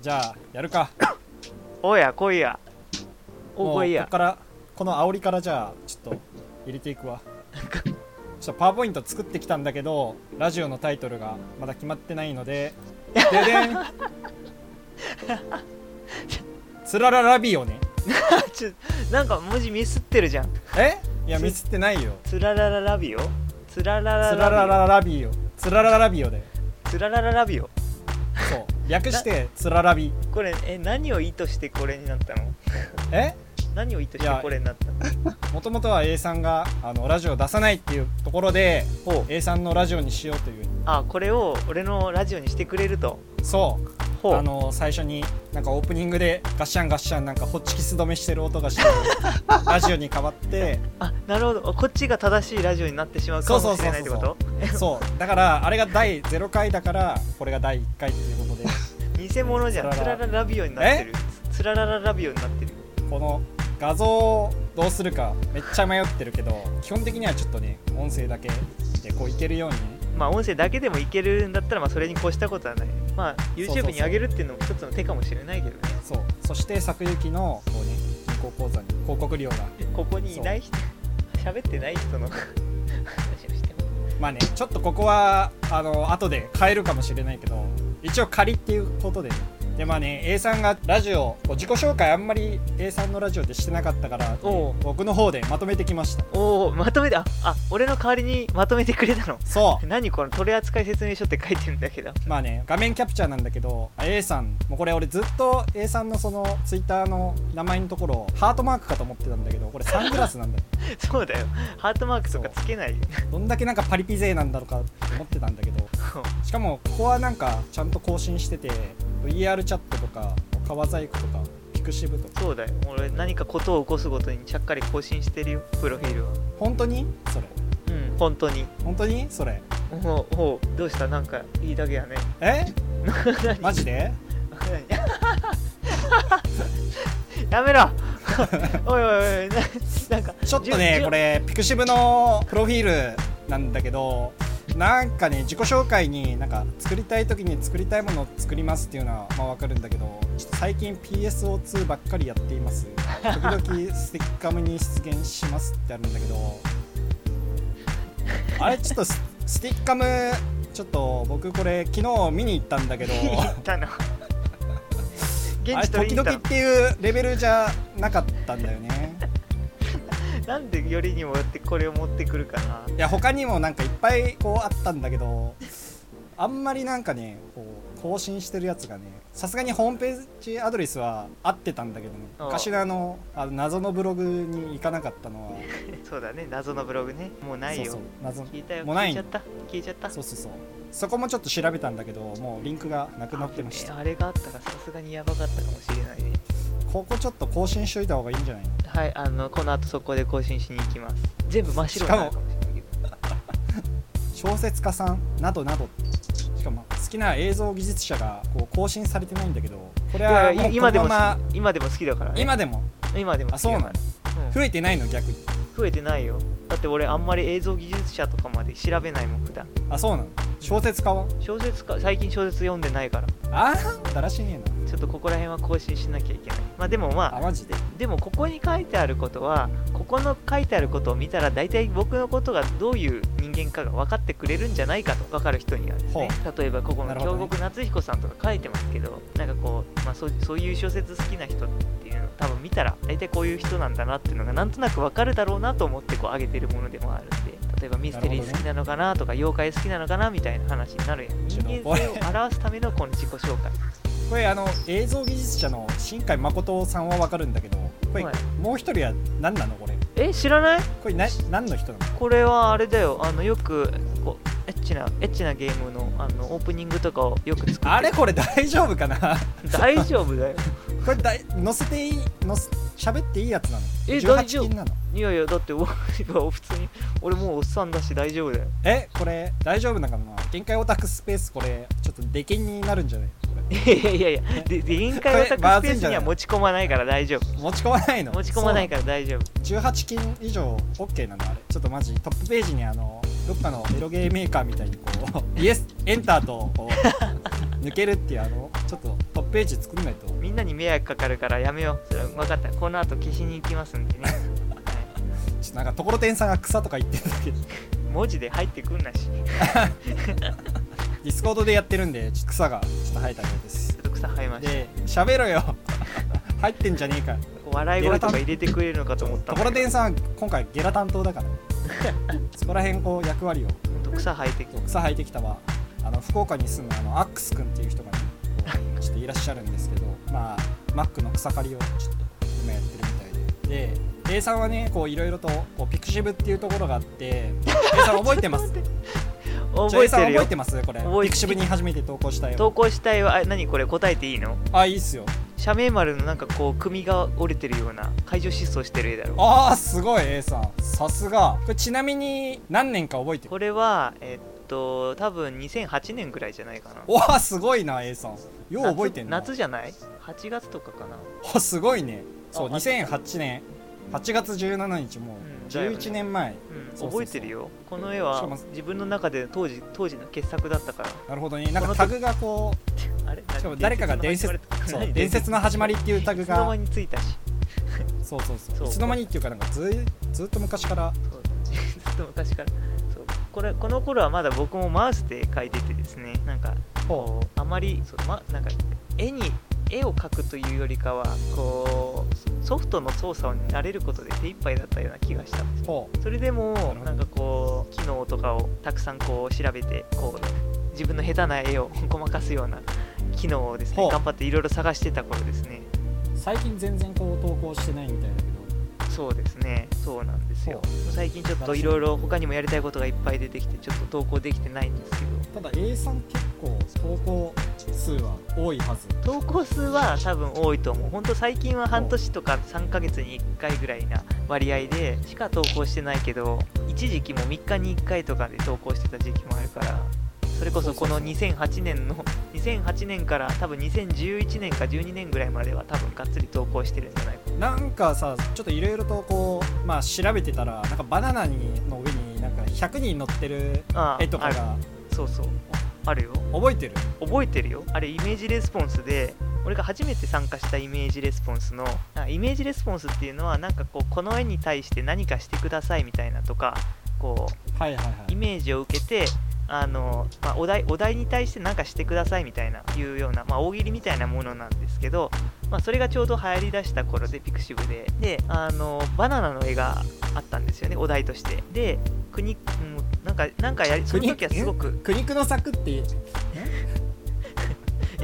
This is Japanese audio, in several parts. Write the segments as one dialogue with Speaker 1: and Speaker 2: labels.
Speaker 1: じゃあやるか
Speaker 2: おやこいやお
Speaker 1: もう
Speaker 2: こい
Speaker 1: こ
Speaker 2: や
Speaker 1: っからこの煽りからじゃあちょっと入れていくわちょっとパワーポイント作ってきたんだけどラジオのタイトルがまだ決まってないのでででんつららラビをね
Speaker 2: ちょなんか文字ミスってるじゃん
Speaker 1: えいやミスってないよ
Speaker 2: つらららラビオつらら
Speaker 1: つ
Speaker 2: ら
Speaker 1: らら
Speaker 2: ラビ
Speaker 1: らラビオつらららラビオで
Speaker 2: オつらららラビオ
Speaker 1: そう略してつらラビ
Speaker 2: これえ何を意図してこれになったの
Speaker 1: え
Speaker 2: 何を意図し
Speaker 1: い
Speaker 2: て
Speaker 1: や
Speaker 2: これになったの
Speaker 1: もともとは A さんがあのラジオ出さないっていうところで
Speaker 2: ほう
Speaker 1: A さんのラジオにしようという
Speaker 2: あこれを俺のラジオにしてくれると
Speaker 1: そう
Speaker 2: ほう
Speaker 1: あの最初になんかオープニングでガッシャンガッシャンなんかホッチキス止めしてる音が してラジオに変わって
Speaker 2: あなるほどこっちが正しいラジオになってしまうかもしれないってこ
Speaker 1: そう
Speaker 2: と
Speaker 1: そうだからあれが第0回だからこれが第1回っていうことで
Speaker 2: 偽物じゃん
Speaker 1: つ
Speaker 2: つ
Speaker 1: らら
Speaker 2: ららラビオになってるつらららラビオになってる
Speaker 1: この画像をどうするかめっちゃ迷ってるけど基本的にはちょっとね音声だけでこういけるようにね
Speaker 2: まあ音声だけでもいけるんだったらまあそれに越したことはないまあ
Speaker 1: そうそうそう
Speaker 2: YouTube に上げるっていうのも一つの手かもしれないけどね
Speaker 1: そうそして作行きのこうね銀行口座に広告利用が
Speaker 2: ここにいない人喋ってない人の話をしても
Speaker 1: まあねちょっとここはあの後で変えるかもしれないけど一応仮っていうことでねでまあね A さんがラジオこう自己紹介あんまり A さんのラジオでしてなかったから、
Speaker 2: おう
Speaker 1: 僕の方でまとめてきました
Speaker 2: おおまとめてああ俺の代わりにまとめてくれたの
Speaker 1: そう
Speaker 2: 何この取扱説明書って書いてるんだけど
Speaker 1: まあね画面キャプチャーなんだけど A さんもうこれ俺ずっと A さんのそのツイッターの名前のところハートマークかと思ってたんだけどこれサングラスなんだよ
Speaker 2: そうだよハートマークとかつけないよ
Speaker 1: どんだけなんかパリピ勢なんだろうかと思ってたんだけどしかもここはなんかちゃんと更新してて VR チャットとか川細工とかピクシブとか
Speaker 2: そうだよ俺何かことを起こすごとにちゃっかり更新してるよプロフィールは
Speaker 1: 本当にそれ
Speaker 2: うん本当に
Speaker 1: 本当にそれ
Speaker 2: おうおうどうしたなんかいいだけや ね
Speaker 1: えマジで
Speaker 2: やめ ろおいおいおいななんか
Speaker 1: ちょっと
Speaker 2: じゅ
Speaker 1: ね
Speaker 2: じゅ
Speaker 1: これピクシブのプロフィールなんだけどなんかね自己紹介になんか作りたい時に作りたいものを作りますっていうのはまあわかるんだけどちょっと最近 PSO2 ばっかりやっています時々ステッカムに出現しますってあるんだけど あれちょっとススティッカムちょっと僕これ昨日見に行ったんだけど
Speaker 2: 言ったの
Speaker 1: あ
Speaker 2: 現
Speaker 1: れ
Speaker 2: 地取
Speaker 1: 時
Speaker 2: りに行
Speaker 1: 々
Speaker 2: った
Speaker 1: っ
Speaker 2: の
Speaker 1: ていうレベルじゃなかったんだよね
Speaker 2: なんでよりにもよってこれを持ってくるかない
Speaker 1: や他にもなんかいっぱいこうあったんだけどあんまりなんかねこう更新してるやつがねさすがにホームページアドレスは合ってたんだけどね
Speaker 2: ああ
Speaker 1: 昔のあのあの謎のブログに行かなかったのは
Speaker 2: そうだね謎のブログねもうないよ
Speaker 1: そうそう謎の
Speaker 2: 聞いたよ
Speaker 1: もうな
Speaker 2: 聞
Speaker 1: い
Speaker 2: いちゃった聞いちゃった
Speaker 1: そうそうそうそこもちょっと調べたんだけどもうリンクがなくなってまし
Speaker 2: あ
Speaker 1: た
Speaker 2: ねあれがあったらさすがにやばかったかもしれないね
Speaker 1: ここちょっと更新しといた方がいいんじゃないの
Speaker 2: はいあのこの後そこで更新しに行きます全部真っ白
Speaker 1: しかも
Speaker 2: になるかもしれないけど
Speaker 1: 小説家さんなどなどしかも好きな映像技術者がこう更新されてないんだけどこれ
Speaker 2: いや
Speaker 1: はいもう
Speaker 2: や
Speaker 1: こ
Speaker 2: 今で
Speaker 1: の
Speaker 2: も
Speaker 1: まま
Speaker 2: 好き今でも好きだから、ね、
Speaker 1: 今でも
Speaker 2: 今でも
Speaker 1: あそうなの
Speaker 2: の、うん
Speaker 1: 増えてないの逆に
Speaker 2: 増えてないよだって俺あんまり映像技術者とかまで調べないもん普段
Speaker 1: あそうなの小説家は
Speaker 2: 小説か最近小説読んでないから
Speaker 1: ああだらしねえ
Speaker 2: ちょっとここら辺は更新しなきゃいけないまあでも
Speaker 1: なあ
Speaker 2: まあ
Speaker 1: マジで
Speaker 2: でもここに書いてあることはここの書いてあることを見たら大体僕のことがどういう人間かが分かってくれるんじゃないかと分かる人にはですね例えばここ
Speaker 1: な
Speaker 2: の
Speaker 1: るほどね
Speaker 2: 京極夏彦さんとか書いてますけどなんかこう、まあ、そうそういう小説好きな人っていうの多分見たら大体こういう人なんだなっていうのがなんとなく分かるだろうなと思ってこう上げてるものでもあるんで例えばミステリー好きなのかなとか妖怪好きなのかなみたいな話になるやん人間性を表すためのこの自己紹介
Speaker 1: これあの映像技術者の新海誠さんはわかるんだけどこれ、
Speaker 2: はい
Speaker 1: もう一人は何なのこれ
Speaker 2: え知らない
Speaker 1: これな何の人なの
Speaker 2: これはあれだよあのよくこうエッチなエッチなゲームのあのオープニングとかをよく作ってる
Speaker 1: あれこれ大丈夫かな
Speaker 2: 大丈夫だよ
Speaker 1: これだい載せていいのす喋っていいやつなの
Speaker 2: え大丈
Speaker 1: 18
Speaker 2: 夫
Speaker 1: 禁なの
Speaker 2: いやいやだって俺は普通に俺もうおっさんだし大丈夫だよ
Speaker 1: えこれ大丈夫なのかな限界オタクスペースこれちょっと出禁になるんじゃないこ
Speaker 2: いやいやいやでで臨海オタクスペースには持ち込まないから大丈夫
Speaker 1: れ持ち込まないの
Speaker 2: 持ち込まないから大丈夫
Speaker 1: 18金以上 OK なのあれちょっとマジトップページにあのどっかのエロゲーメーカーみたいにこうイエスエンターとこう抜けるっていうあのちょっとトップページ作んないと
Speaker 2: みんなに迷惑かかるからやめようそれは分かったこの後消しに行きますんでね、は
Speaker 1: ちょっとなんかところてんさんが草とか言ってるんだけど
Speaker 2: い、文字で入ってくんなしちょ
Speaker 1: ディスコードでやってるんでちょっと草がちょっと生えたようです
Speaker 2: っと草生えました
Speaker 1: で喋ろよ 入ってんじゃねえか
Speaker 2: 笑い声とか入れてくれるのかと思った
Speaker 1: ところ
Speaker 2: んだ
Speaker 1: て
Speaker 2: け
Speaker 1: んさん今回ゲラ担当だからそこら辺こう役割を
Speaker 2: どほんと草生えてく
Speaker 1: そう草生えてきたはあの福岡に住むあのアックスくんっていう人がねこうちょっといらっしゃるんですけどまあマックの草刈りをちょっと今やってるみたいでで A さんはねこういろいろとこうピクシブっていうところがあって A さん覚えて ますちょ
Speaker 2: 覚
Speaker 1: A
Speaker 2: え
Speaker 1: さん
Speaker 2: て
Speaker 1: 覚え
Speaker 2: るよ
Speaker 1: てますこれ
Speaker 2: 覚えてる
Speaker 1: ピクシブに初めて投稿した
Speaker 2: 投
Speaker 1: よ
Speaker 2: 稿したいはあ何これ答えていいの
Speaker 1: あいいっすよ
Speaker 2: 社名丸のなんかこう組が折れてるような海上疾走してる絵だろ
Speaker 1: あーすごい A さんさすがこれちなみに何年か覚えてる
Speaker 2: これはえっと多分2008年ぐらいじゃないかな
Speaker 1: おわーすごいな A さんよう覚えてんな
Speaker 2: 夏夏じゃない8月とかかな
Speaker 1: お すごいねそう
Speaker 2: あ
Speaker 1: 2008年8月17日も
Speaker 2: う
Speaker 1: うん
Speaker 2: だよね
Speaker 1: 11年前、
Speaker 2: うん
Speaker 1: そうそうそう
Speaker 2: 覚えてるよこの絵
Speaker 1: しか
Speaker 2: は
Speaker 1: も
Speaker 2: 自分の中で当時当時の傑作だったから
Speaker 1: なるほどねなん
Speaker 2: こ
Speaker 1: か
Speaker 2: の
Speaker 1: タグがこ
Speaker 2: あれ
Speaker 1: うしかも誰かが伝説 そう伝説の始まりっていうタグ
Speaker 2: いつの間
Speaker 1: が
Speaker 2: についたし
Speaker 1: そうそうそう
Speaker 2: そう
Speaker 1: いつの間にっていうかなんかずいずっと昔から
Speaker 2: そう ずっと昔からそうこれこの頃はまだ僕もマウスで描いててですねなんかこうあまりそう、ま、なんか絵に絵を描くというよりかはこうソフトの操作に慣れることで手一杯だったような気がしたんです
Speaker 1: ほ
Speaker 2: それでも
Speaker 1: るほど
Speaker 2: なんかこう機能とかをたくさんこう調べてこう自分の下手な絵を ごまかすような機能をです
Speaker 1: ほ
Speaker 2: ね
Speaker 1: う
Speaker 2: 頑張っていろいろ探してた頃ですね
Speaker 1: う最近全然こう投稿してないみたいだけど
Speaker 2: そうですねそうなんですよ
Speaker 1: ほ
Speaker 2: 最近ちょっといろいろ他にもやりたいことがいっぱい出てきてちょっと投稿できてないんですけ
Speaker 1: た
Speaker 2: ど
Speaker 1: だ A さん結構投稿数は多いはず
Speaker 2: 投稿数は多分多いと思うほんと最近は半年とか3ヶ月に1回ぐらいな割合でしか投稿してないけど一時期も3日に1回とかで投稿してた時期もあるからそれこそこ
Speaker 1: そ
Speaker 2: の
Speaker 1: うそう
Speaker 2: 2008年の2008年から多分2011年か12年ぐらいまでは多分がっつり投稿してるんじゃないか
Speaker 1: なんかさちょっといろいろとこうまあ調べてたらなんかバナナにの上になんか100人乗ってる
Speaker 2: あ
Speaker 1: 絵とか
Speaker 2: ある
Speaker 1: が
Speaker 2: そうそうあるよ
Speaker 1: 覚えてる
Speaker 2: 覚えてるよあれイメージレスポンスで俺が初めて参加したイメージレスポンスのあイメージレスポンスっていうのはなんかこうこの絵に対して何かしてくださいみたいなとかこ
Speaker 1: はいはいは
Speaker 2: うイ
Speaker 1: い
Speaker 2: メージを受けてあの、まあ、お題お題に対して何かしてくださいみたいないうような、まあ、大喜利みたいなものなんですけど、まあ、それがちょうど流行りだした頃でピクシブでであのバナナの絵があったんですよねお題としてで国、うん、なんかなんかやりその時はすごく
Speaker 1: 苦肉の策って
Speaker 2: い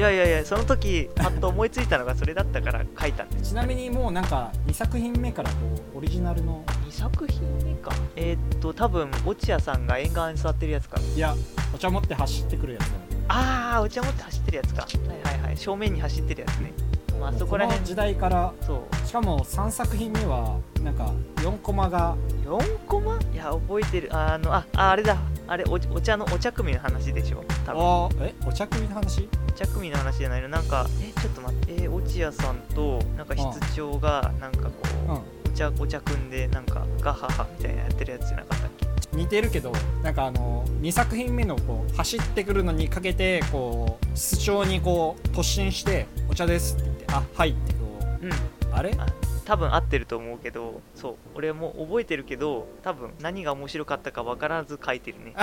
Speaker 2: やいやいやその時パッと思いついたのがそれだったから書いたんです
Speaker 1: ちなみにもうなんか2作品目からこうオリジナルの
Speaker 2: 2作品目かえーっと多分落合さんが沿岸に座ってるやつか
Speaker 1: いやお茶持って走ってくるやつだよ
Speaker 2: ああお茶持って走ってるやつかはいはいはい正面に走ってるやつねまあ
Speaker 1: もう
Speaker 2: そこら
Speaker 1: の
Speaker 2: 辺
Speaker 1: 時代から
Speaker 2: そう
Speaker 1: しかも3作品目はなんか4コマが
Speaker 2: 4コマいや覚えてるあのあああれだあれおお茶のお茶組の話でしょ多分お
Speaker 1: おえお茶組の話
Speaker 2: 茶組の話じゃないのなんかえちょっと待ってえー落合さんとなんか室長がなんかこう、
Speaker 1: う
Speaker 2: お茶お茶組んでなんかガハハみたいなやってるやつじゃなかったっけ
Speaker 1: ん似てるけどなんかあの2作品目のこう走ってくるのにかけてこう室長にこう突進して「お茶です」って言って「あはい」ってこう
Speaker 2: うん
Speaker 1: あれ
Speaker 2: あ多分合ってると思うけどそう俺も覚えてるけど多分何が面白かったか分からず書いてるね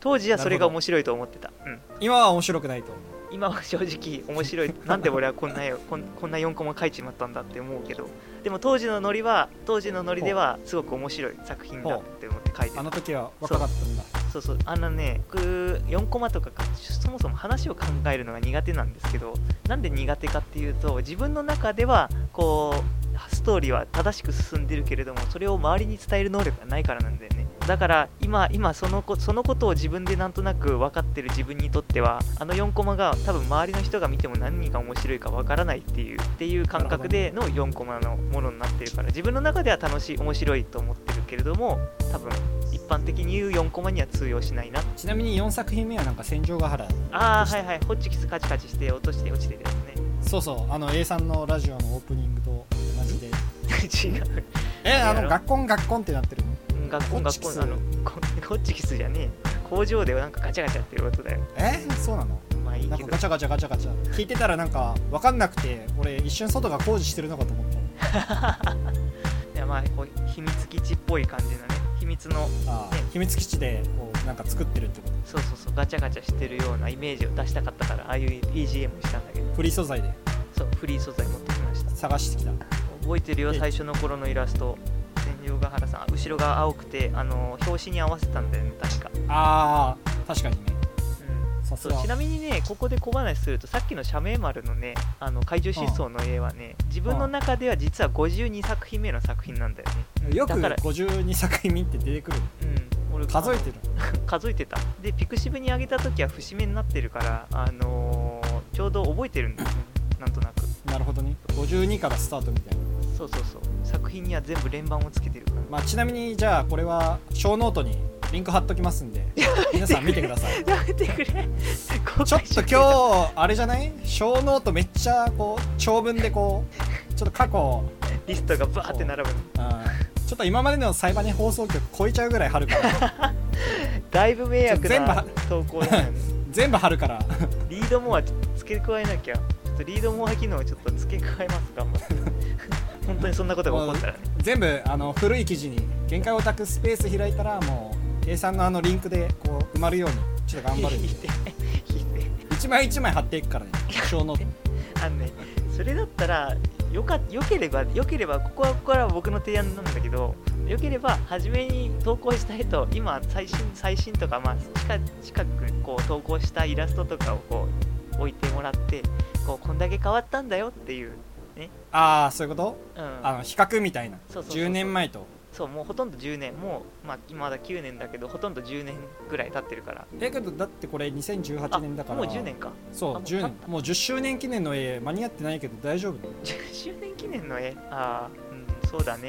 Speaker 2: 当時はそれが面白いと思ってた、うん、
Speaker 1: 今は面白くないと思う
Speaker 2: 今は正直面白いなんで俺はこんな絵をこんこんな4コマ書いちまったんだって思うけどでも当時のノリは当時のノリではすごく面白い作品だって思って書いて
Speaker 1: あ
Speaker 2: た
Speaker 1: の時は若かったんだ
Speaker 2: そうそうあのね僕4コマとかかそもそも話を考えるのが苦手なんですけどなんで苦手かっていうと自分の中ではこうストーリーは正しく進んでるけれどもそれを周りに伝える能力がないからなんだよねだから今今そのこそのことを自分でなんとなく分かってる自分にとってはあの4コマが多分周りの人が見ても何が面白いか分からないっていうっていう感覚での4コマのものになってるから自分の中では楽しい面白いと思ってるけれども多分一般的に言う4コマには通用しないな
Speaker 1: ちなみに4作品目はなんか戦場ヶ原
Speaker 2: ああはいはいホッチキスカチカチして落として落ちてるや
Speaker 1: そうそうあの A さんのラジオのオープニングと同じで
Speaker 2: つね違う
Speaker 1: えあ
Speaker 2: やろ
Speaker 1: の学校ン学校ンってなってるの
Speaker 2: うん学校
Speaker 1: ホッチ
Speaker 2: 学
Speaker 1: キス
Speaker 2: 校あのこホッチキスじゃねえ工場でなんかガチャガチャやってる音だよ
Speaker 1: えそうなの
Speaker 2: まああいい
Speaker 1: なん
Speaker 2: け
Speaker 1: か
Speaker 2: ど
Speaker 1: ガチャガチャガチャガチャ聞いてたらなんか分かんなくて俺一瞬外が工事してるのかと思って
Speaker 2: いやまあこう秘密基地っぽい感じのね秘密の
Speaker 1: あー秘密基地でこうなんか作ってるってこと
Speaker 2: そうそうそうガチャガチャしてるようなイメージを出したかったからああいう EGM にしたんだけど
Speaker 1: フリー素材で
Speaker 2: そうフリー素材持ってきました
Speaker 1: 探してきた
Speaker 2: 覚えてるよ
Speaker 1: ええ
Speaker 2: 最初の頃のイラスト天井ヶ原さん後ろが青くてあの表紙に合わせたんだよね確か、
Speaker 1: あー確かにね
Speaker 2: うん
Speaker 1: さす
Speaker 2: そう
Speaker 1: が
Speaker 2: ちなみにねここで小話するとさっきの社名丸のねあの怪獣失踪の絵はね自分の中では実は52作品目の作品なんだよね
Speaker 1: よく
Speaker 2: だから
Speaker 1: 52作品見て出てくる
Speaker 2: うん俺
Speaker 1: 数えてる
Speaker 2: 数えてたでピクシブにあげた時は節目になってるからあのーちょうど覚えてるんだよねなんとなく
Speaker 1: なるほどね52からスタートみたいな、
Speaker 2: そうそうそう作品には全部連番をつけてるから
Speaker 1: まあ、ちなみにじゃあこれは小ノートにリンク貼っときますんで皆さん見てください
Speaker 2: やめてくれ
Speaker 1: ちょっと今日あれじゃない小ノートめっちゃこう長文でこうちょっと過去、
Speaker 2: 日リストがバーって並ぶの
Speaker 1: うん、ちょっと今までのサイバニ放送局超えちゃうぐらい貼るから
Speaker 2: だいぶ迷惑
Speaker 1: 全部
Speaker 2: な投稿だよね
Speaker 1: 全部貼るから
Speaker 2: リードモア付け加えなきゃちょっとリードモア機能をちょっと付け加えます頑張って 本当にそんなことが起こったらね
Speaker 1: 全部あの古い記事に限界オタクスペース開いたらもう A さんのあのリンクでこう埋まるようにちょっと頑張るん
Speaker 2: 引い
Speaker 1: で
Speaker 2: て引いて
Speaker 1: 一枚一枚貼っていくからね小ノート
Speaker 2: あのねそれだったらよかよければよければここはここからは僕の提案なんだけどよければ初めに投稿したいと今最新最新とか、まあ、近近くこう投稿したイラストとかをこう置いてもらってこうこんだけ変わったんだよっていう、
Speaker 1: ああそういうこと
Speaker 2: うん、
Speaker 1: あの比較みたいな
Speaker 2: そうそうそうそ
Speaker 1: 10
Speaker 2: う
Speaker 1: 年前と
Speaker 2: そうもうほとんど10年もう、まあ、今まだ9年だけどほとんど10年ぐらい経ってるから
Speaker 1: えけどだってこれ2018
Speaker 2: あ
Speaker 1: 年だから
Speaker 2: もう10年か
Speaker 1: そう
Speaker 2: あもう
Speaker 1: 10
Speaker 2: 経
Speaker 1: 年
Speaker 2: った
Speaker 1: もう10周年記念の絵間に合ってないけど大丈夫
Speaker 2: 10周年記念の絵ああうんそうだね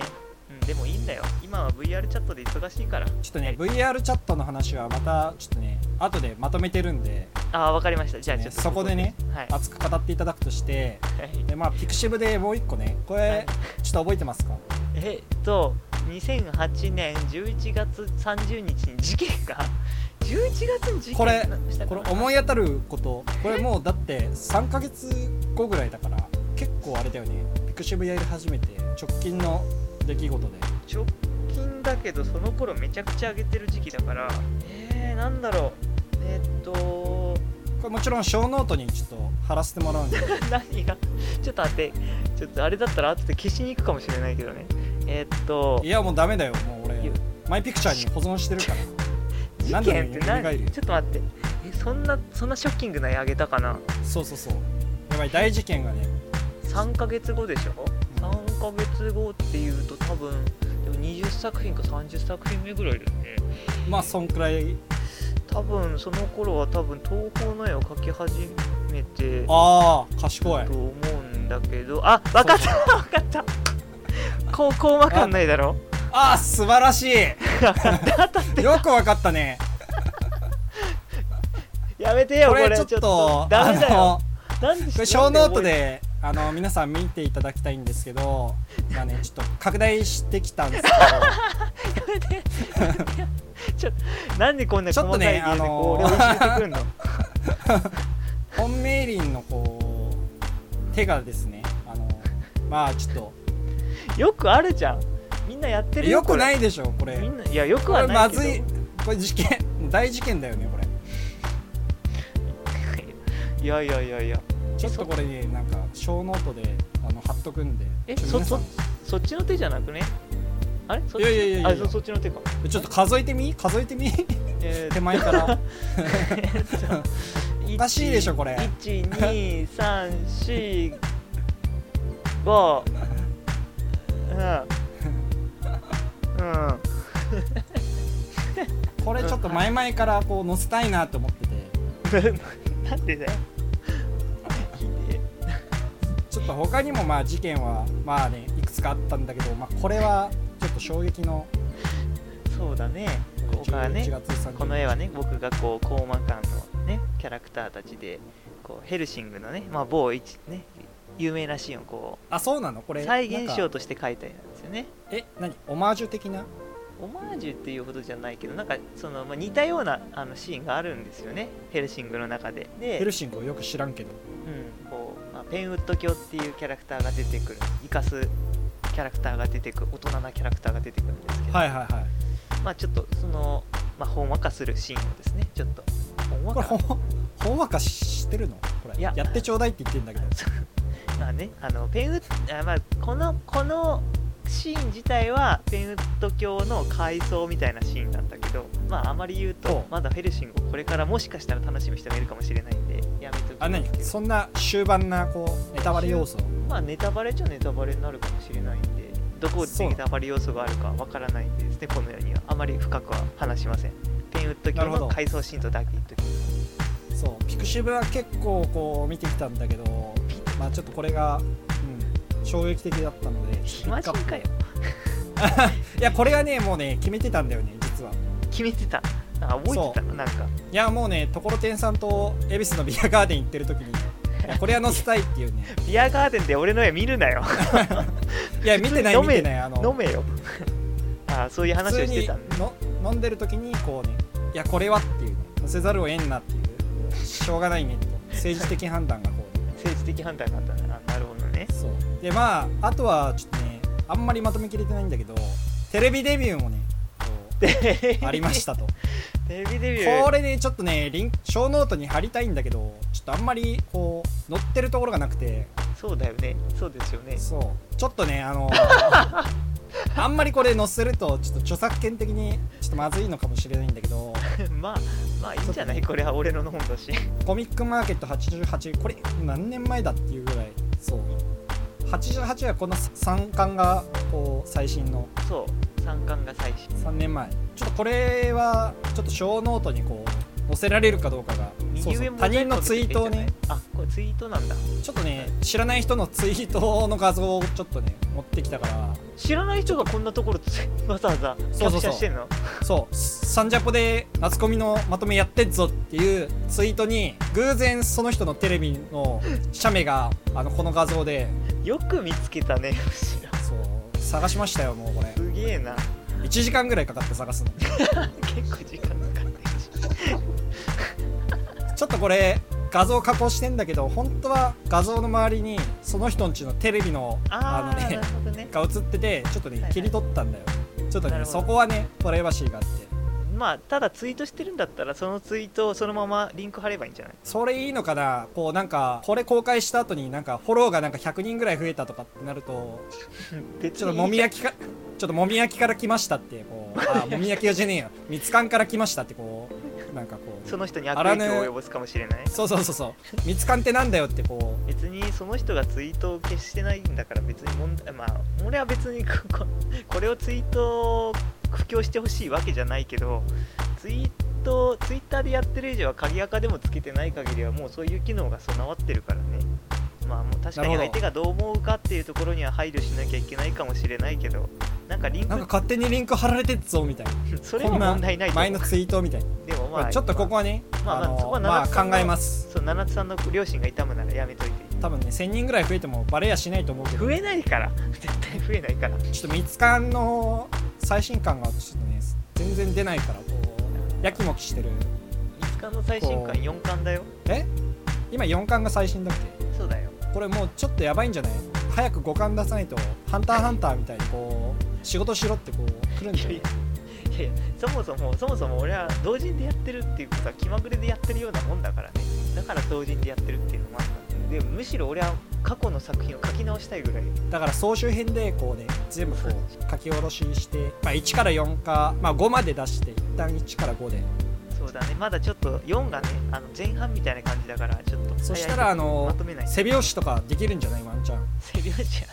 Speaker 2: うんでもいいんだよ今は VR チャットで忙しいから
Speaker 1: ちょっとね VR チャットの話はまたちょっとね後でまとめてるんで
Speaker 2: ああわかりましたじゃあ
Speaker 1: ね
Speaker 2: ちょっと
Speaker 1: そこでね
Speaker 2: はいは
Speaker 1: 熱く語っていただくとして
Speaker 2: い
Speaker 1: でまあピクシブでもう一個ねこ
Speaker 2: はい
Speaker 1: れちょっと覚えてますか
Speaker 2: えっと2008年11月30日に事件が11月に事件
Speaker 1: これ
Speaker 2: したか
Speaker 1: これ
Speaker 2: な
Speaker 1: 思い当たることこれもうだって3ヶ月後ぐらいだから結構あれだよねピクシブやり始めて直近の出来事で
Speaker 2: 直近だけどその頃めちゃくちゃ上げてる時期だからえー、なんだろうえっと
Speaker 1: これもちろん小ノートにちょっと貼らせてもら うんで
Speaker 2: 何がちょっと待ってちょっとあれだったら後で消しに行くかもしれないけどねえっと
Speaker 1: いやもうダメだよもう
Speaker 2: い
Speaker 1: 俺
Speaker 2: や
Speaker 1: マイピクチャーに保存してるから
Speaker 2: 事
Speaker 1: 何
Speaker 2: 件っ
Speaker 1: 度も
Speaker 2: て
Speaker 1: 蘇る
Speaker 2: 何
Speaker 1: よ
Speaker 2: ちょっと待ってえそんなそんなショッキングな絵上げたかな
Speaker 1: そうそうそうやばい大事件がね
Speaker 2: 3ヶ月後でしょ3ヶ月後っていうと多分でも20作品か30作品目ぐらいだよね
Speaker 1: まあそんくらい
Speaker 2: 多分その頃は多分東宝の絵を描き始めてだ
Speaker 1: ああ賢い
Speaker 2: と思うんだけどあ分かった分かった高 校わかんないだろ
Speaker 1: ああ素晴らしい よくわかったね
Speaker 2: やめてよ
Speaker 1: こ
Speaker 2: これ
Speaker 1: れちょっ
Speaker 2: ちょっ
Speaker 1: と
Speaker 2: とダメだよ
Speaker 1: あの
Speaker 2: なんで
Speaker 1: これ小ノートであの皆さん見ていただきたいんですけど、まあね、ちょっと拡大してきたんですけ
Speaker 2: なんでちょっとなんでこんな細かい理由で
Speaker 1: ちょっとね
Speaker 2: こう
Speaker 1: あの
Speaker 2: 領収してくるの
Speaker 1: ど本命林のこう手がですねあのまあちょっと
Speaker 2: よくあるじゃんみんなやってるよ
Speaker 1: よくないいでしょこれ
Speaker 2: みんないやよく
Speaker 1: これ
Speaker 2: はな
Speaker 1: ま
Speaker 2: いけど
Speaker 1: ずいこれ事件大事件だよねこれ
Speaker 2: いやいやいやいや
Speaker 1: ちょっとこれねなんか小ノートであの貼っとくんで
Speaker 2: え
Speaker 1: ちょっと皆さん
Speaker 2: そっちの手じゃなくねあれそっち
Speaker 1: いやいやいやいや
Speaker 2: あそそっちの手か
Speaker 1: ちょっと数えてみ数えて み
Speaker 2: えー
Speaker 1: 手前から
Speaker 2: お
Speaker 1: おかしいでしょこれ
Speaker 2: 12345うん うん
Speaker 1: これちょっと前々からこう載せたいなと思ってて
Speaker 2: なんでだよ ひで
Speaker 1: ちょっと他にもまあ事件はまあねいくつかあったんだけど、まあ、これはちょっと衝撃の
Speaker 2: えそうだねここ
Speaker 1: 11
Speaker 2: がね
Speaker 1: 月30日
Speaker 2: この絵はね僕がこう高慢感のねキャラクターたちでこうヘルシングのね、まあ、某一ね有名なシーンをこ
Speaker 1: あそうなのこ
Speaker 2: う
Speaker 1: れ
Speaker 2: 再現しよう
Speaker 1: なんか
Speaker 2: として描いた絵なんですよね
Speaker 1: え何オマージュ的な
Speaker 2: オマージュっていうほどじゃないけどなんかその、まあ、似たようなあのシーンがあるんですよねヘルシングの中でで
Speaker 1: ヘルシングをよく知らんけど
Speaker 2: うんこうまあ、ペンウッド教っていうキャラクターが出てくる生かすキャラクターが出てくる大人なキャラクターが出てくるんですけど、
Speaker 1: はいはいはい
Speaker 2: まあちょっとその、まあ、ほんわかするシーンをですねちょっとほんわ
Speaker 1: これ
Speaker 2: か
Speaker 1: ほんほんわかしてるのこれ
Speaker 2: いや
Speaker 1: やってちょうだいって言ってんだけど
Speaker 2: まあねあのペンウッあ、まあ、このこのシーン自体はペンウッド教の回想みたいなシーンなんだけどまああまり言う
Speaker 1: おう
Speaker 2: とまだフェルシングをこれからもしかしたら楽しむ人がいるかもしれないんでやめとき
Speaker 1: あ
Speaker 2: ます
Speaker 1: 何
Speaker 2: けど
Speaker 1: そんな終盤なこうネタバレ要素
Speaker 2: まあネタバレっちゃネタバレになるかもしれないんでどこ
Speaker 1: そう
Speaker 2: でネタバレ要素があるかわからないんでですねこのようにはあまり深くは話しませんペンウッド
Speaker 1: な
Speaker 2: 教
Speaker 1: るほど
Speaker 2: の回想シーンとだけ言っときます
Speaker 1: そうピクシブは結構こう見てきたんだけどまあちょっとこれが、うん、衝撃的だったのでちょっ
Speaker 2: マ
Speaker 1: と
Speaker 2: ジ
Speaker 1: ピック
Speaker 2: か
Speaker 1: アッ
Speaker 2: よ
Speaker 1: プ いやこれがねもうね決めてたんだよね実は
Speaker 2: 決めてたあ覚えてたなんか
Speaker 1: いやもうねところてんさんと恵比寿のビアガーデン行ってる時にいやこれは載せたいって いうね
Speaker 2: ビアガーデンで俺の絵見るなよ
Speaker 1: いや見てない
Speaker 2: 飲
Speaker 1: 見
Speaker 2: め
Speaker 1: てないあの
Speaker 2: 飲めよ あそういう話をしてたんで
Speaker 1: 普通にの飲んでる時にこうねいやこれはっていうね載せざるを得んなっていうしょうがないねと政治的判断がこうね
Speaker 2: 政治的判断があったなあなるほどね
Speaker 1: そうでまああとはちょっとねあんまりまとめきれてないんだけどテレビデビューもねこう ありましたと
Speaker 2: たテレビデビュー
Speaker 1: これねちょっとねリンク小ノートに貼りたいんだけどちょっとあんまりこう載ってるところがなくて
Speaker 2: そうだよねそうですよね
Speaker 1: そうちょっとねあのあんまりこれ載せるとちょっと著作権的にちょっとまずいのかもしれないんだけど
Speaker 2: まあまあいいんじゃないこれは俺の本だし
Speaker 1: コミックマーケット88これ何年前だっていうぐらいそう88はこの3巻がこう最新の
Speaker 2: そう三冠が最新
Speaker 1: 3年前ちょっとこれはちょっと小ノートにこう載せられるかどうかがそう
Speaker 2: 右
Speaker 1: そ
Speaker 2: 上
Speaker 1: う
Speaker 2: も
Speaker 1: 他人のツイートをね
Speaker 2: あこれツイートなんだ
Speaker 1: ちょっとね知らない人のツイートの画像をちょっとね持ってきたから
Speaker 2: 知らない人がこんなところつ わざわざキ
Speaker 1: そうそうそ
Speaker 2: ャ
Speaker 1: う
Speaker 2: プチャーしてんの
Speaker 1: そう「サンジャポで夏コミのまとめやってっぞ」っていうツイートに偶然その人のテレビの写メがあのこの画像で
Speaker 2: よく見つけたね 後ろ
Speaker 1: そう探しましたよもうこれ
Speaker 2: すげえな
Speaker 1: 1時間ぐらいかかって探すの
Speaker 2: 結構時間かかってるし
Speaker 1: ちょっとこれ画像加工してんだけど本当は画像の周りにその人んちのテレビのの
Speaker 2: ああ、
Speaker 1: ね
Speaker 2: なるほどね
Speaker 1: が映っててちょっとね、
Speaker 2: はいはい
Speaker 1: 切り取ったんだよちょっと
Speaker 2: な
Speaker 1: ね
Speaker 2: るほど
Speaker 1: そこはねプライバシーがあって
Speaker 2: まあただツイートしてるんだったらそのツイートをそのままリンク貼ればいいんじゃない
Speaker 1: それいいのかなこうなんかこれ公開した後になんかフォローがなんか100人ぐらい増えたとかってなると
Speaker 2: 別
Speaker 1: ちょっともみ焼きかちょっともみ焼きから来ましたってこう あもみ焼きじゃねえよみつかんから来ましたってこうなんかこう
Speaker 2: その人に悪影響を及ぼすかもしれない
Speaker 1: そうそうそうそうみつかんってなんだよってこう
Speaker 2: 別にその人がツイートを消してないんだから別に問題まあ俺は別にこここれをツイートを 布教してほしいわけじゃないけどツイートツイッターでやってる以上は鍵垢でもつけてない限りはもうそういう機能が備わってるからねまあもう確か
Speaker 1: なるほ
Speaker 2: に
Speaker 1: ど
Speaker 2: 相手がどう思うかっていうところには配慮しなきゃいけないかもしれないけどなんかリンク
Speaker 1: なんか勝手にリンク貼られてっぞみたいな
Speaker 2: それ
Speaker 1: こ
Speaker 2: も
Speaker 1: んな
Speaker 2: 問題ないと
Speaker 1: 前
Speaker 2: 思
Speaker 1: の
Speaker 2: う
Speaker 1: ツイートみたい な、
Speaker 2: でもまあ
Speaker 1: ちょっとここはね、
Speaker 2: まあまあ
Speaker 1: あの
Speaker 2: そこは
Speaker 1: まあ
Speaker 2: 七つの
Speaker 1: 考えます
Speaker 2: そう七つさんの両親が痛むならやめといていい
Speaker 1: 多分ね1000人ぐらい増えてもバレやしないと思うけど
Speaker 2: 増えないから 絶対増えないから
Speaker 1: ちょっとミツカンの最新感がちょっとね全然出ないからこうやきもきしてる
Speaker 2: 5日の最新
Speaker 1: こ
Speaker 2: 刊
Speaker 1: う
Speaker 2: 4巻だよ
Speaker 1: え今4巻が最新だっけ
Speaker 2: そうだよ
Speaker 1: これもうちょっとやばいんじゃない早く5巻出さないと「ハンターハンター」みたいにこう仕事しろってこう来るん
Speaker 2: い
Speaker 1: じゃ
Speaker 2: や
Speaker 1: ないい
Speaker 2: やいやいやそもそもそもそも俺は同人でやってるっていうことは気まぐれでやってるようなもんだからねだから同人でやってるっていうのもあったんだよでむしろ俺は過去の作品を書き直したいぐらい
Speaker 1: だから総集編でこうね全部こう書き下ろしして、まあ、1から4か、まあ、5まで出して一旦1から5で
Speaker 2: そうだねまだちょっと4がねあの前半みたいな感じだからちょっと
Speaker 1: そしたらあの
Speaker 2: まとめない
Speaker 1: 背拍子とかできるんじゃないワンチャン
Speaker 2: 背拍子や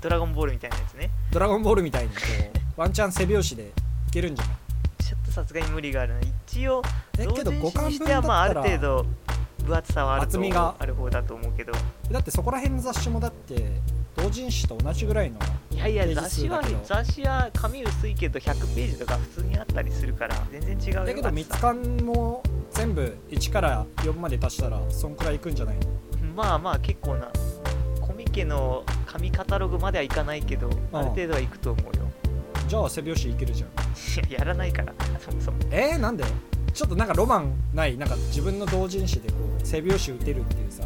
Speaker 2: ドラゴンボールみたいなやつね
Speaker 1: ドラゴンボールみたいにこ うワンチャン背拍子でいけるんじゃない
Speaker 2: ちょっとさすがに無理があるな一応
Speaker 1: え
Speaker 2: 同
Speaker 1: けど
Speaker 2: 人
Speaker 1: 5
Speaker 2: 誌
Speaker 1: 巻
Speaker 2: にし
Speaker 1: 分
Speaker 2: て
Speaker 1: だ
Speaker 2: は
Speaker 1: った
Speaker 2: まあある
Speaker 1: ら
Speaker 2: 程度分厚さはある
Speaker 1: 厚
Speaker 2: と
Speaker 1: みが
Speaker 2: ある方だと思うけど
Speaker 1: だってそこら辺の雑誌もだって同人誌と同じぐらいの
Speaker 2: いやいや
Speaker 1: ページ
Speaker 2: 雑誌
Speaker 1: 数だ
Speaker 2: は
Speaker 1: けど
Speaker 2: 雑誌は紙薄いけど100ページとか普通にあったりするから全然違うよ
Speaker 1: だけど
Speaker 2: 厚
Speaker 1: 三
Speaker 2: さ
Speaker 1: つ缶も全部1から4まで足したらそんくらいいくんじゃないの
Speaker 2: まあまあ結構なコミケの紙カタログまではいかないけどある程度はいくと思うよ
Speaker 1: じゃあ背拍子いけるじゃん
Speaker 2: いややらないからそもそも
Speaker 1: えー、なんでちょっとなんかロマンないなんか自分の同人誌でこう背拍子打てるっていうさ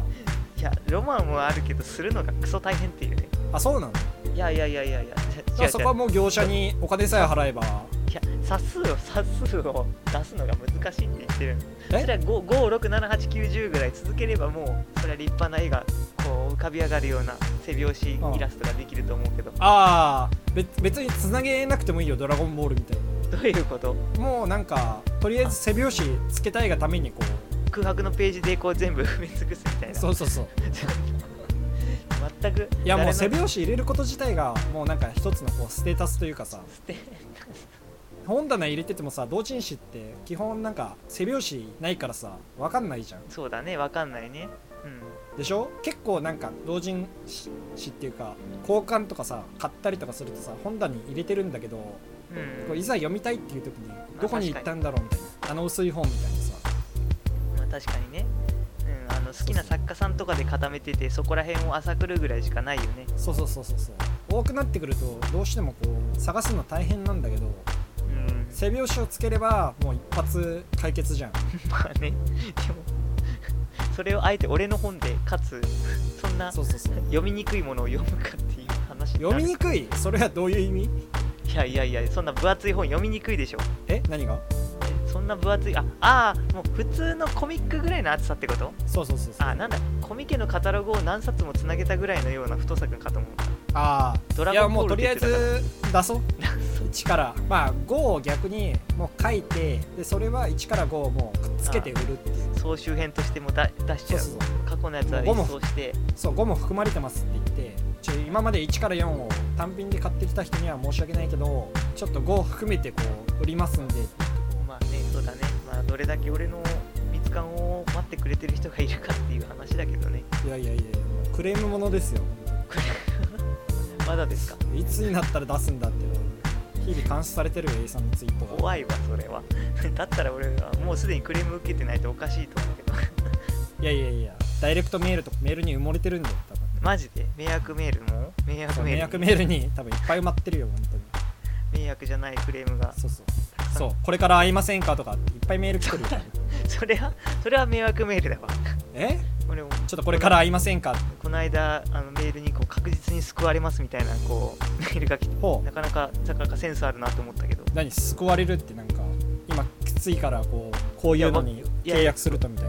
Speaker 2: いやロマンはあるけどするのがクソ大変っていうね
Speaker 1: あそうなの
Speaker 2: いやいやいやいやいや
Speaker 1: じ
Speaker 2: 違
Speaker 1: ゃ
Speaker 2: う
Speaker 1: あそこは
Speaker 2: 違う
Speaker 1: もう業者にお金さえ払えば
Speaker 2: いや冊数を冊数を出すのが難しいって言ってるの
Speaker 1: え
Speaker 2: それは567890ぐらい続ければもうそれは立派な絵がこう浮かび上がるような背拍子イラストができると思うけど
Speaker 1: ああ別別につなげなくてもいいよドラゴンボールみたいに
Speaker 2: どういうこと
Speaker 1: もうなんかとりあえず背拍子つけたいがためにこう
Speaker 2: 空白のページでこう全部埋め尽くすみたいな
Speaker 1: そうそうそう
Speaker 2: 全く
Speaker 1: いやもう背
Speaker 2: 誰の
Speaker 1: 拍子入れること自体がもうなんか一つのこうステータスというかさ
Speaker 2: 捨て
Speaker 1: 本棚入れててもさ同人誌って基本なんか背拍子ないからさわかんないじゃん
Speaker 2: そうだねわかんないねうん
Speaker 1: でしょ結構なんか同人誌誌っていうか交換とかさ買ったりとかするとさ本棚に入れてるんだけど
Speaker 2: うん
Speaker 1: こういざ読みたいっていう時にどこに行ったんだろうみたいなあの薄い本みたいなさ
Speaker 2: まあ、確かにね、うん、あの好きな作家さんとかで固めててそこら辺を浅くるぐらいしかないよね、
Speaker 1: そうそうそうそうそう多くなってくるとどうしてもこう探すの大変なんだけど
Speaker 2: うん、
Speaker 1: 背拍子をつければもう一発解決じゃん
Speaker 2: まあねでもそれをあえて俺の本でかつそんな
Speaker 1: そうそうそう
Speaker 2: 読みにくいものを読むかっていう話にな
Speaker 1: 読
Speaker 2: る
Speaker 1: みにくいそれはどういう意味
Speaker 2: いやいやいやそんな分厚い本読みにくいでしょ
Speaker 1: え何が
Speaker 2: えそんな分厚いああーもう普通のコミックぐらいの厚さってこと
Speaker 1: そうそうそうそう
Speaker 2: あーなんだコミケのカタログを何冊もつなげたぐらいのような太さかと思った
Speaker 1: あ
Speaker 2: ド
Speaker 1: あい
Speaker 2: ラ
Speaker 1: や
Speaker 2: ゴン
Speaker 1: も
Speaker 2: ボ
Speaker 1: う
Speaker 2: ー
Speaker 1: と
Speaker 2: ル
Speaker 1: りあえ
Speaker 2: 出てたから
Speaker 1: ず出そう1からまあ5を逆にもう書いてでそれは1から5をもうくっつけて売るっていう
Speaker 2: 総集編としてもだ出しち
Speaker 1: そう
Speaker 2: ゃう
Speaker 1: そうそう
Speaker 2: 過去のやつは
Speaker 1: もうゴム
Speaker 2: 一掃して
Speaker 1: そう5も含まれてますって言ってちょ今まで1から4を単品で買ってきた人には申し訳ないけどちょっと5を含めてこう売りますんで
Speaker 2: まあね、そうだね、まあ、どれだけ俺の蜜缶を待ってくれてる人がいるかっていう話だけどね、
Speaker 1: いやいやいやいやクレームものですよ
Speaker 2: まだですか、
Speaker 1: いつになったら出すんだって日々監視されてるよ A さんのツイートが
Speaker 2: 怖いわ、それは。 だったら俺はもうすでにクレーム受けてないとおかしいと思うけど、
Speaker 1: いやいやいやダイレクトメールとメールに埋もれてるんだよ多分
Speaker 2: マジで、迷惑メールも、迷惑
Speaker 1: そう迷
Speaker 2: メールに
Speaker 1: 惑メールに多分いっぱい埋まってるよ本当に
Speaker 2: 迷惑じゃないクレームが、
Speaker 1: そうそうそうこれから会いませんかとかいっぱいメール来て るよ
Speaker 2: それは、それは迷惑メールだわ。
Speaker 1: え
Speaker 2: 俺も
Speaker 1: ちょっとこれから会いませんか
Speaker 2: この間あのメールにこう確実に救われますみたいなこう メールが来て
Speaker 1: ほう
Speaker 2: なかなかなかなかセンスあるなと思ったけど
Speaker 1: 何救われるってなんか今きついからこうこういうの
Speaker 2: い
Speaker 1: に
Speaker 2: やまいや
Speaker 1: 契約するとみたい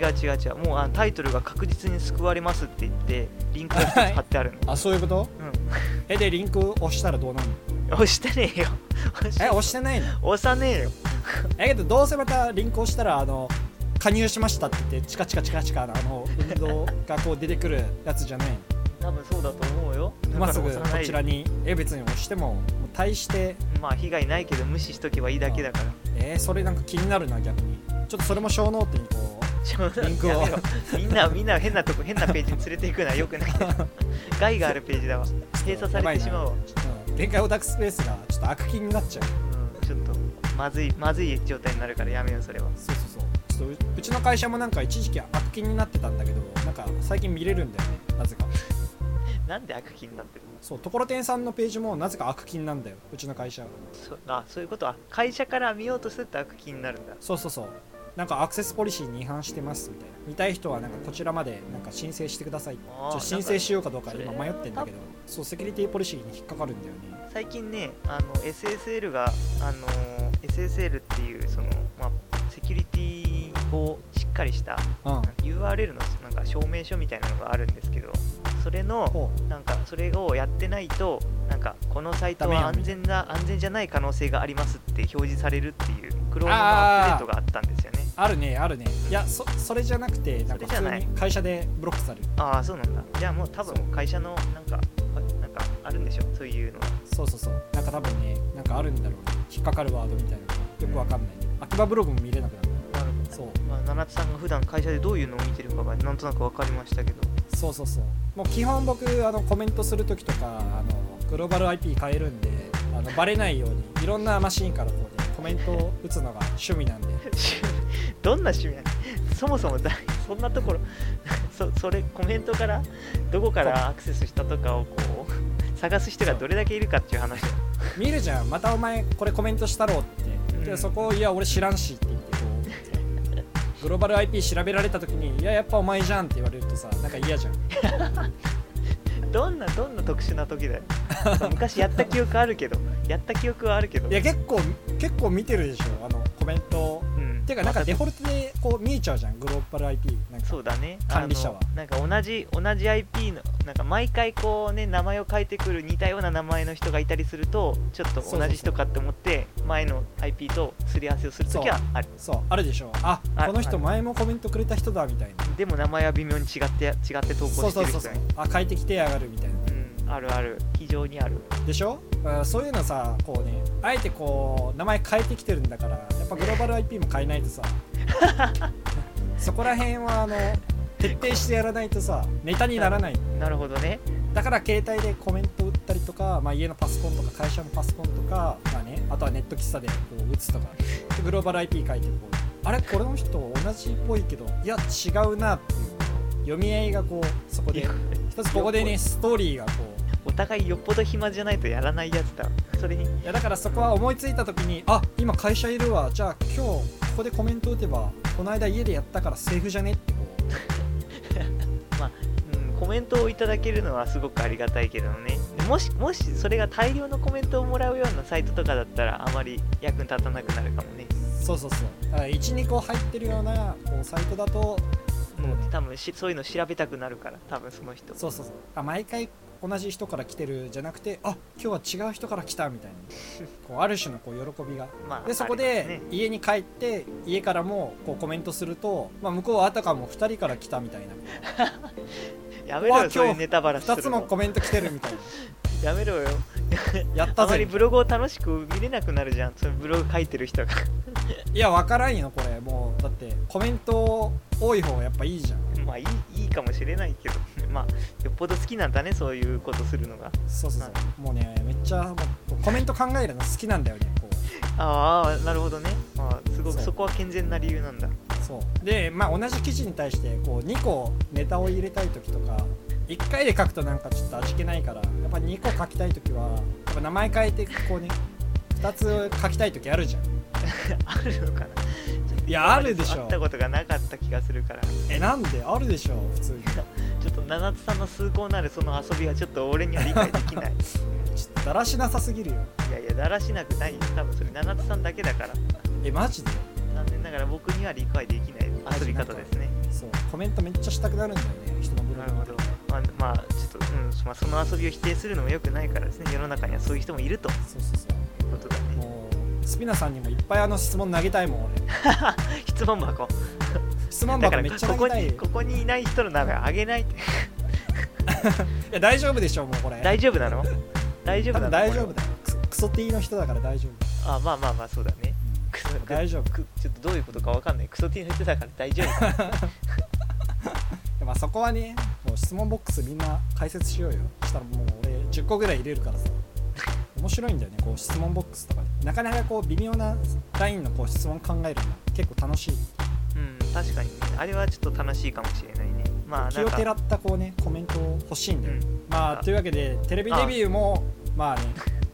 Speaker 1: な
Speaker 2: 違う違う違うもうあのタイトルが確実に救われますって言ってリンクが一つ貼ってあるの、
Speaker 1: あそういうことえでリンク押したらどうなるの
Speaker 2: うん、押してねえよ押し
Speaker 1: え押してないの
Speaker 2: 押さねえよ
Speaker 1: えけどどうせまたリンク押したらあの加入しましたって言ってチカチカチカチカのあの運動がこう出てくるやつじゃないの
Speaker 2: 多分そうだと思うよ
Speaker 1: 今すぐ
Speaker 2: だから
Speaker 1: こ
Speaker 2: 押さないよ
Speaker 1: ちらにえ別に押してももう対して
Speaker 2: まあ被害ないけど無視しとけばいいだけだから
Speaker 1: えー、それなんか気になるな逆にちょっとそれも小ノートにこう
Speaker 2: ちょ
Speaker 1: リンクを
Speaker 2: やめろみんなみんな変なとこ変なページに連れていくのはよくない 害があるページだわ閉鎖されてしまうわ、
Speaker 1: うん限界オタクスペースがちょっと悪気になっちゃう
Speaker 2: うん、ちょっとまずいまずい状態になるからやめようそれは
Speaker 1: そうそうそうちょっとううちの会社もなんか一時期悪気になってたんだけどなんか最近見れるんだよねなぜか
Speaker 2: なんで悪気になってるの
Speaker 1: そうところてんさんのページもなぜか悪気になんだようちの会社
Speaker 2: そあそういうことは会社から見ようとすると悪気になるんだ
Speaker 1: そうそうそうなんかアクセスポリシーに違反してますみたいな見たい人はなんかこちらまでなんか申請してくださいち
Speaker 2: あ
Speaker 1: ょ
Speaker 2: ー
Speaker 1: っと申請しようかどうか
Speaker 2: なんか
Speaker 1: 今
Speaker 2: それ
Speaker 1: 迷ってんだけどそうセキュリティポリシーに引っかかるんだよね
Speaker 2: 最近ねあの SSL が、あのー SSL っていうその、まあ、セキュリティをしっかりした
Speaker 1: うん
Speaker 2: URL のなんか証明書みたいなのがあるんですけどそれの
Speaker 1: ほう
Speaker 2: なんかそれをやってないとなんかこのサイト
Speaker 1: ダメよ
Speaker 2: は
Speaker 1: み
Speaker 2: 安
Speaker 1: た
Speaker 2: 全な安全じゃない可能性がありますって表示されるっていう Chrome のア
Speaker 1: あー
Speaker 2: ップデートがあったんですよね
Speaker 1: あるねあるねいやそそれじゃなくてなんか普
Speaker 2: それじゃな
Speaker 1: 通
Speaker 2: い
Speaker 1: に会社でブロックされる
Speaker 2: ああそうなんだじゃあもう多分
Speaker 1: そう
Speaker 2: 会社のなんかあなんかあるんでしょそういうのが
Speaker 1: そうそうそうなんか多分ねなんかあるんだろうね引っかかるワードみたいなのがよくわかんない秋葉ブログも見れなくなる
Speaker 2: なるほど
Speaker 1: そう
Speaker 2: まあ、七津さんが普段会社でどういうのを見てるかがなんとなく分かりましたけど
Speaker 1: そうそうそうもう基本僕あのコメントする時とかあのグローバル IP 変えるんであのバレないようにいろんなマシンからこう、ね、コメントを打つのが趣味なんで
Speaker 2: 趣どんな趣味やねんそもそもだそんなところ そそれコメントからどこからアクセスしたとかをこう探す人がどれだけいるかっていう話だ
Speaker 1: 見るじゃんまたお前これコメントしたろって、
Speaker 2: うん
Speaker 1: でそこいや俺知らんしって言ってこうグローバル IP 調べられた時にいややっぱお前じゃんって言われるとさなんか嫌じゃん
Speaker 2: どんなどんな特殊な時だよ昔やった記憶あるけどやった記憶はあるけど
Speaker 1: いや結構結構見てるでしょあのコメント
Speaker 2: うん
Speaker 1: てかなんか
Speaker 2: また
Speaker 1: デフォルトでこう見えちゃうじゃんグローバル IP なんか
Speaker 2: そうだね
Speaker 1: 管理者は
Speaker 2: あのなんか同じ同じ IP のなんか毎回こうね名前を変えてくる似たような名前の人がいたりするとちょっ
Speaker 1: そ
Speaker 2: と
Speaker 1: うそうそ
Speaker 2: 同
Speaker 1: う
Speaker 2: じ人かって思って前の IP とすり合わせをするときはある
Speaker 1: そうあるでしょあ
Speaker 2: あ
Speaker 1: この人
Speaker 2: ある
Speaker 1: 前もコメントくれた人だみたいな
Speaker 2: でも名前は微妙に違って違って投
Speaker 1: そ
Speaker 2: 稿
Speaker 1: う
Speaker 2: して
Speaker 1: そう
Speaker 2: る
Speaker 1: そうそ
Speaker 2: 人
Speaker 1: う
Speaker 2: がいる
Speaker 1: あ帰ってきてやがるみたいな
Speaker 2: うんあるある非常にある
Speaker 1: でしょあそういうのさこうねあえてこう名前変えてきてるんだからやっぱグローバル IP も変えない とさそこら辺はあの徹底してやらないとさネタにならない
Speaker 2: なるほどね
Speaker 1: だから携帯でコメント打ったりとか、まあ、家のパソコンとか会社のパソコンとか、まあね、あとはネット喫茶でこう打つとかでグローバル IP 書いてこうあれこれの人同じっぽいけどいや違うなっていう読み合いがこうそこ
Speaker 2: い
Speaker 1: で
Speaker 2: や
Speaker 1: 一つここでねストーリーがこう
Speaker 2: お互いよっぽど暇じゃないとやらないやつだそれに
Speaker 1: いやだからそこは思いついた時にあ今会社いるわじゃあ今日ここでコメント打てばこの間家でやったからセーフじゃねってこ
Speaker 2: うんコメントをいただけるのはすごくありがたいけどねもしもしそれが大量のコメントをもらうようなサイトとかだったらあまり役に立たなくなるかもね
Speaker 1: うそうそうそうだから12個入ってるようなこうサイトだと
Speaker 2: もう多分しそういうの調べたくなるから多分その人
Speaker 1: そうそうそうあ毎回同じ人から来てるじゃなくてあ今日は違う人から来たみたいなこうある種のこう喜びが
Speaker 2: まあ
Speaker 1: でそこ
Speaker 2: あり
Speaker 1: で
Speaker 2: ますね
Speaker 1: 家に帰って家からもこうコメントすると、まあ、向こうはあたかも2人から来たみたいな
Speaker 2: やめろ
Speaker 1: うわ
Speaker 2: よそういう
Speaker 1: 今日
Speaker 2: ネタバラシす
Speaker 1: 2
Speaker 2: る
Speaker 1: つもコメント来てるみたいな
Speaker 2: やめろよ
Speaker 1: やっ
Speaker 2: あ
Speaker 1: た
Speaker 2: まり
Speaker 1: ぜ
Speaker 2: ブログを楽しく見れなくなるじゃんそのブログ書いてる人が
Speaker 1: いや分からんよこれもうだってコメント多い方がやっぱいいじゃん
Speaker 2: まあいいいいかもしれないけど まあよっぽど好きなんだねそういうことするのが
Speaker 1: そうそうそうもうねめっちゃもうコメント考えるの好きなんだよねこう
Speaker 2: ああなるほどね、まあ、すごく
Speaker 1: そう
Speaker 2: そこは健全な理由なんだ
Speaker 1: そうでまあ同じ記事に対してこう2個ネタを入れたい時とか1回で書くとなんかちょっと味気ないからやっぱ2個書きたい時はやっぱ名前変えてこうね2つ書きたい時あるじゃん
Speaker 2: あるのかない
Speaker 1: やあるでし
Speaker 2: 会
Speaker 1: ょ
Speaker 2: ったことがなかった気がするからち
Speaker 1: えなんであるでしょ普通に
Speaker 2: ょっと七津さんの崇高なるその遊びはちょっと俺には理解でき ない
Speaker 1: ちょっとだらしなさすぎるよ
Speaker 2: いやいやだらしなくないよ多分それ七津さんだけだから
Speaker 1: えマジで
Speaker 2: 残念ながら僕には理解できない遊び方ですね
Speaker 1: そうコメントめっちゃしたくなるんだよね人のブロ
Speaker 2: な
Speaker 1: グ
Speaker 2: るほどまあ、まあ、ちょっと、うんまあ、その遊びを否定するのも良くないからですね世の中にはそういう人もいるとい
Speaker 1: そうそうそう
Speaker 2: うことだね
Speaker 1: もうスピナさんにもいっぱいあの質問投げたいもん俺
Speaker 2: 質問箱
Speaker 1: 質問
Speaker 2: だか
Speaker 1: 箱
Speaker 2: ら
Speaker 1: めっちゃ
Speaker 2: こ
Speaker 1: 投
Speaker 2: こ
Speaker 1: げたい
Speaker 2: にここにいない人の名前あげないって
Speaker 1: いや大丈夫でしょもうこれ
Speaker 2: 大丈夫なの大丈夫
Speaker 1: 多
Speaker 2: な
Speaker 1: 分
Speaker 2: の
Speaker 1: 大丈
Speaker 2: こ
Speaker 1: 夫だよクソクソ T の人だから大丈夫
Speaker 2: れあまあまあまあそうだねクソ
Speaker 1: 大丈夫
Speaker 2: くちょっとどういうことかわかんないクソ T の人だから大丈夫 か
Speaker 1: でまあそこはねもう質問ボックスみんな解説しようよそしたらもう俺10個ぐらい入れるからさ面白いんだよねこう質問ボックスとかでなかなかこう微妙なラインのこう質問考えるの結構楽しい
Speaker 2: うん確かにねあれはちょっと楽しいかもしれないねまあ
Speaker 1: 気
Speaker 2: なん
Speaker 1: を
Speaker 2: か
Speaker 1: てらったこうねコメント欲しいんだ
Speaker 2: う
Speaker 1: よ、
Speaker 2: ん
Speaker 1: まあというわけでテレビデビューもまあね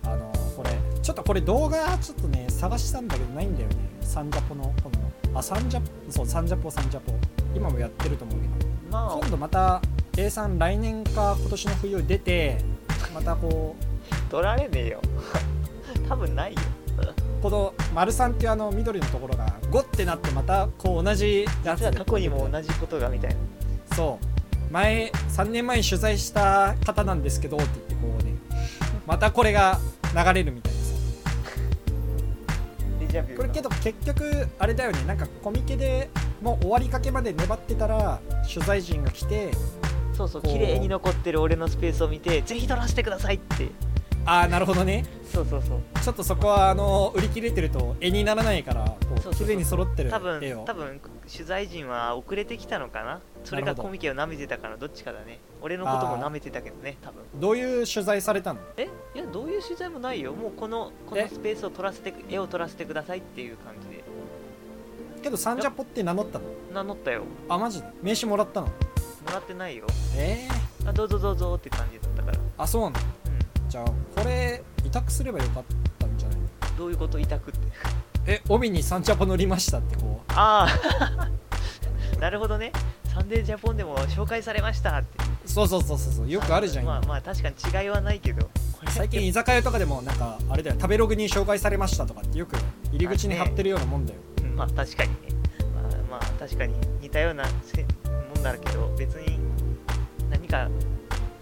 Speaker 1: あのこれちょっとこれ動画ちょっとね探したんだけどないんだよねサンジャポのこのあサンジャポそうサンジャポサンジャポ今もやってると思うけど
Speaker 2: まあ
Speaker 1: 今度また A さん来年か今年の冬出てまたこう
Speaker 2: 取られねえよ 多分ないよ
Speaker 1: この丸さんっていうあの緑のところがゴってなってまたこう同じやつ
Speaker 2: 実は過去にも同じことがみたいな
Speaker 1: そう前3年前に取材した方なんですけどって言ってこうねまたこれが流れるみたいなさ
Speaker 2: デジャビュー
Speaker 1: これけ
Speaker 2: ど
Speaker 1: ど結局あれだよねなんかコミケでもう終わりかけまで粘ってたら取材陣が来て
Speaker 2: そうそう
Speaker 1: こう
Speaker 2: 綺麗に残ってる俺のスペースを見てぜひ取らせてくださいって
Speaker 1: ああなるほどね
Speaker 2: そうそうそう
Speaker 1: ちょっとそこはあの売り切れてると絵にならないからこ
Speaker 2: そう
Speaker 1: う
Speaker 2: そうそう
Speaker 1: 綺麗に揃ってる
Speaker 2: 多
Speaker 1: 絵を
Speaker 2: 分多分取材陣は遅れてきたのかなそれ
Speaker 1: な
Speaker 2: か
Speaker 1: るほど
Speaker 2: コミケを舐めてたからどっちかだね俺のことも舐めてたけどね多分
Speaker 1: どういう取材されたの
Speaker 2: えいやどういう取材もないよもうこのこ
Speaker 1: え
Speaker 2: のスペースを取らせて絵を取らせてくださいっていう感じで
Speaker 1: けどサンジャポって名乗ったの
Speaker 2: 名乗ったよも
Speaker 1: あマジで名刺もらったの
Speaker 2: らってないよ
Speaker 1: ええ
Speaker 2: あどうぞどうぞって感じだったから
Speaker 1: あそうなの
Speaker 2: うん
Speaker 1: じゃあこれ1託すればよかったんじゃない
Speaker 2: どういうこと委託って
Speaker 1: え帯に「サンチャポ乗りました」ってこ
Speaker 2: ああ なるほどね「サンデージャポン」でも紹介されましたって
Speaker 1: うそうそうそうそうそうよくあるじゃん、
Speaker 2: まあまあ確かに違いはないけどこれ
Speaker 1: 最近居酒屋とかでもなんかあれだよ食べログに紹介されましたとかってよく入り口に貼ってるようなもんだよ、
Speaker 2: うんまあ確かにねまあ、まあ、確かに似たようなせもんだけど別に何か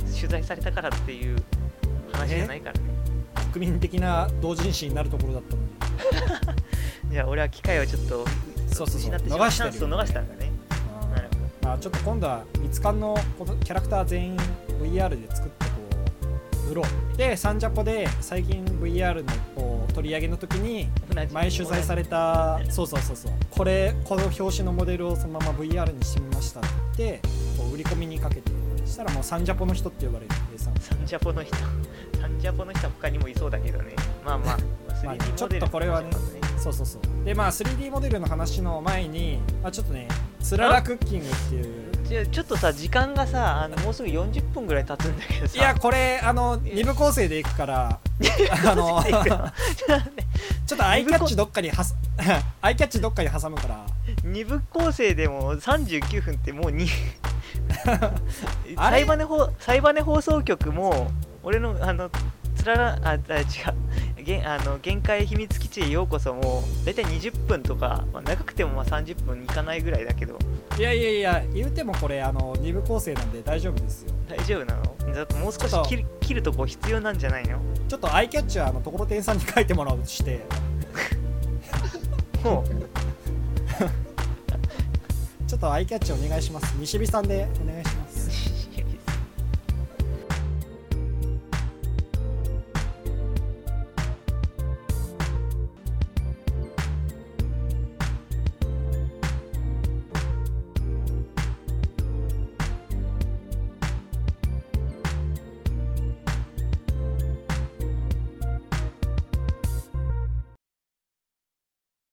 Speaker 2: 取材されたからっていう話じゃないからね
Speaker 1: 国民的な同人誌になるところだったのに
Speaker 2: じゃあ俺は機会をちょっと
Speaker 1: そうそうそう
Speaker 2: 失ってしまっ
Speaker 1: 逃
Speaker 2: た
Speaker 1: して
Speaker 2: チ
Speaker 1: る
Speaker 2: ャンスを逃したんだね
Speaker 1: あー
Speaker 2: なるほど
Speaker 1: まあ、ちょっと今度はミツカンのこのキャラクター全員 VR で作ってこう売ろうでサンジャポで最近 VR のこう取り上げの時に
Speaker 2: 同じ
Speaker 1: 前取材されたそうそうそうそうこれこの表紙のモデルをそのまま VR にしてみましたって言ってこう売り込みにかけてそしたらもうサンジャポの人って呼ばれる A さん
Speaker 2: サンジャポの人サンジャポの人は他にもいそうだけどねまあまあ 3D
Speaker 1: まあちょ
Speaker 2: モ
Speaker 1: っ
Speaker 2: デル
Speaker 1: とこれはね
Speaker 2: の話もある
Speaker 1: そうそうそうでまあ 3D モデルの話の前に、まあ、ちょっとねつららクッキングっていう
Speaker 2: じゃあちょっとさ時間がさあのもうすぐ40分ぐらい経つんだけどさ
Speaker 1: い やこれあの2部構成でいくからあの
Speaker 2: ちょっと待って
Speaker 1: ちょっとアイキャッチどっかにはす アイキャッチどっかに挟むから
Speaker 2: 二部構成でも39分ってもう2
Speaker 1: あれ
Speaker 2: サイバネ放サイバネ放送局も俺のあのつららああ違うげんあの限界秘密基地へようこそもう大体20分とか、まあ、長くてもまあ30分いかないぐらいだけど
Speaker 1: いやいやいや言うてもこれあの2部構成なんで大丈夫ですよ
Speaker 2: 大丈夫なのだってもう少
Speaker 1: ちょっ
Speaker 2: し
Speaker 1: と
Speaker 2: 切る切るとこ必要なんじゃないの
Speaker 1: ちょっとアイキャッチはあのところてんさんに書いてもらうとして
Speaker 2: もう
Speaker 1: ちょっとアイキャッチお願いします西日さんでお願いします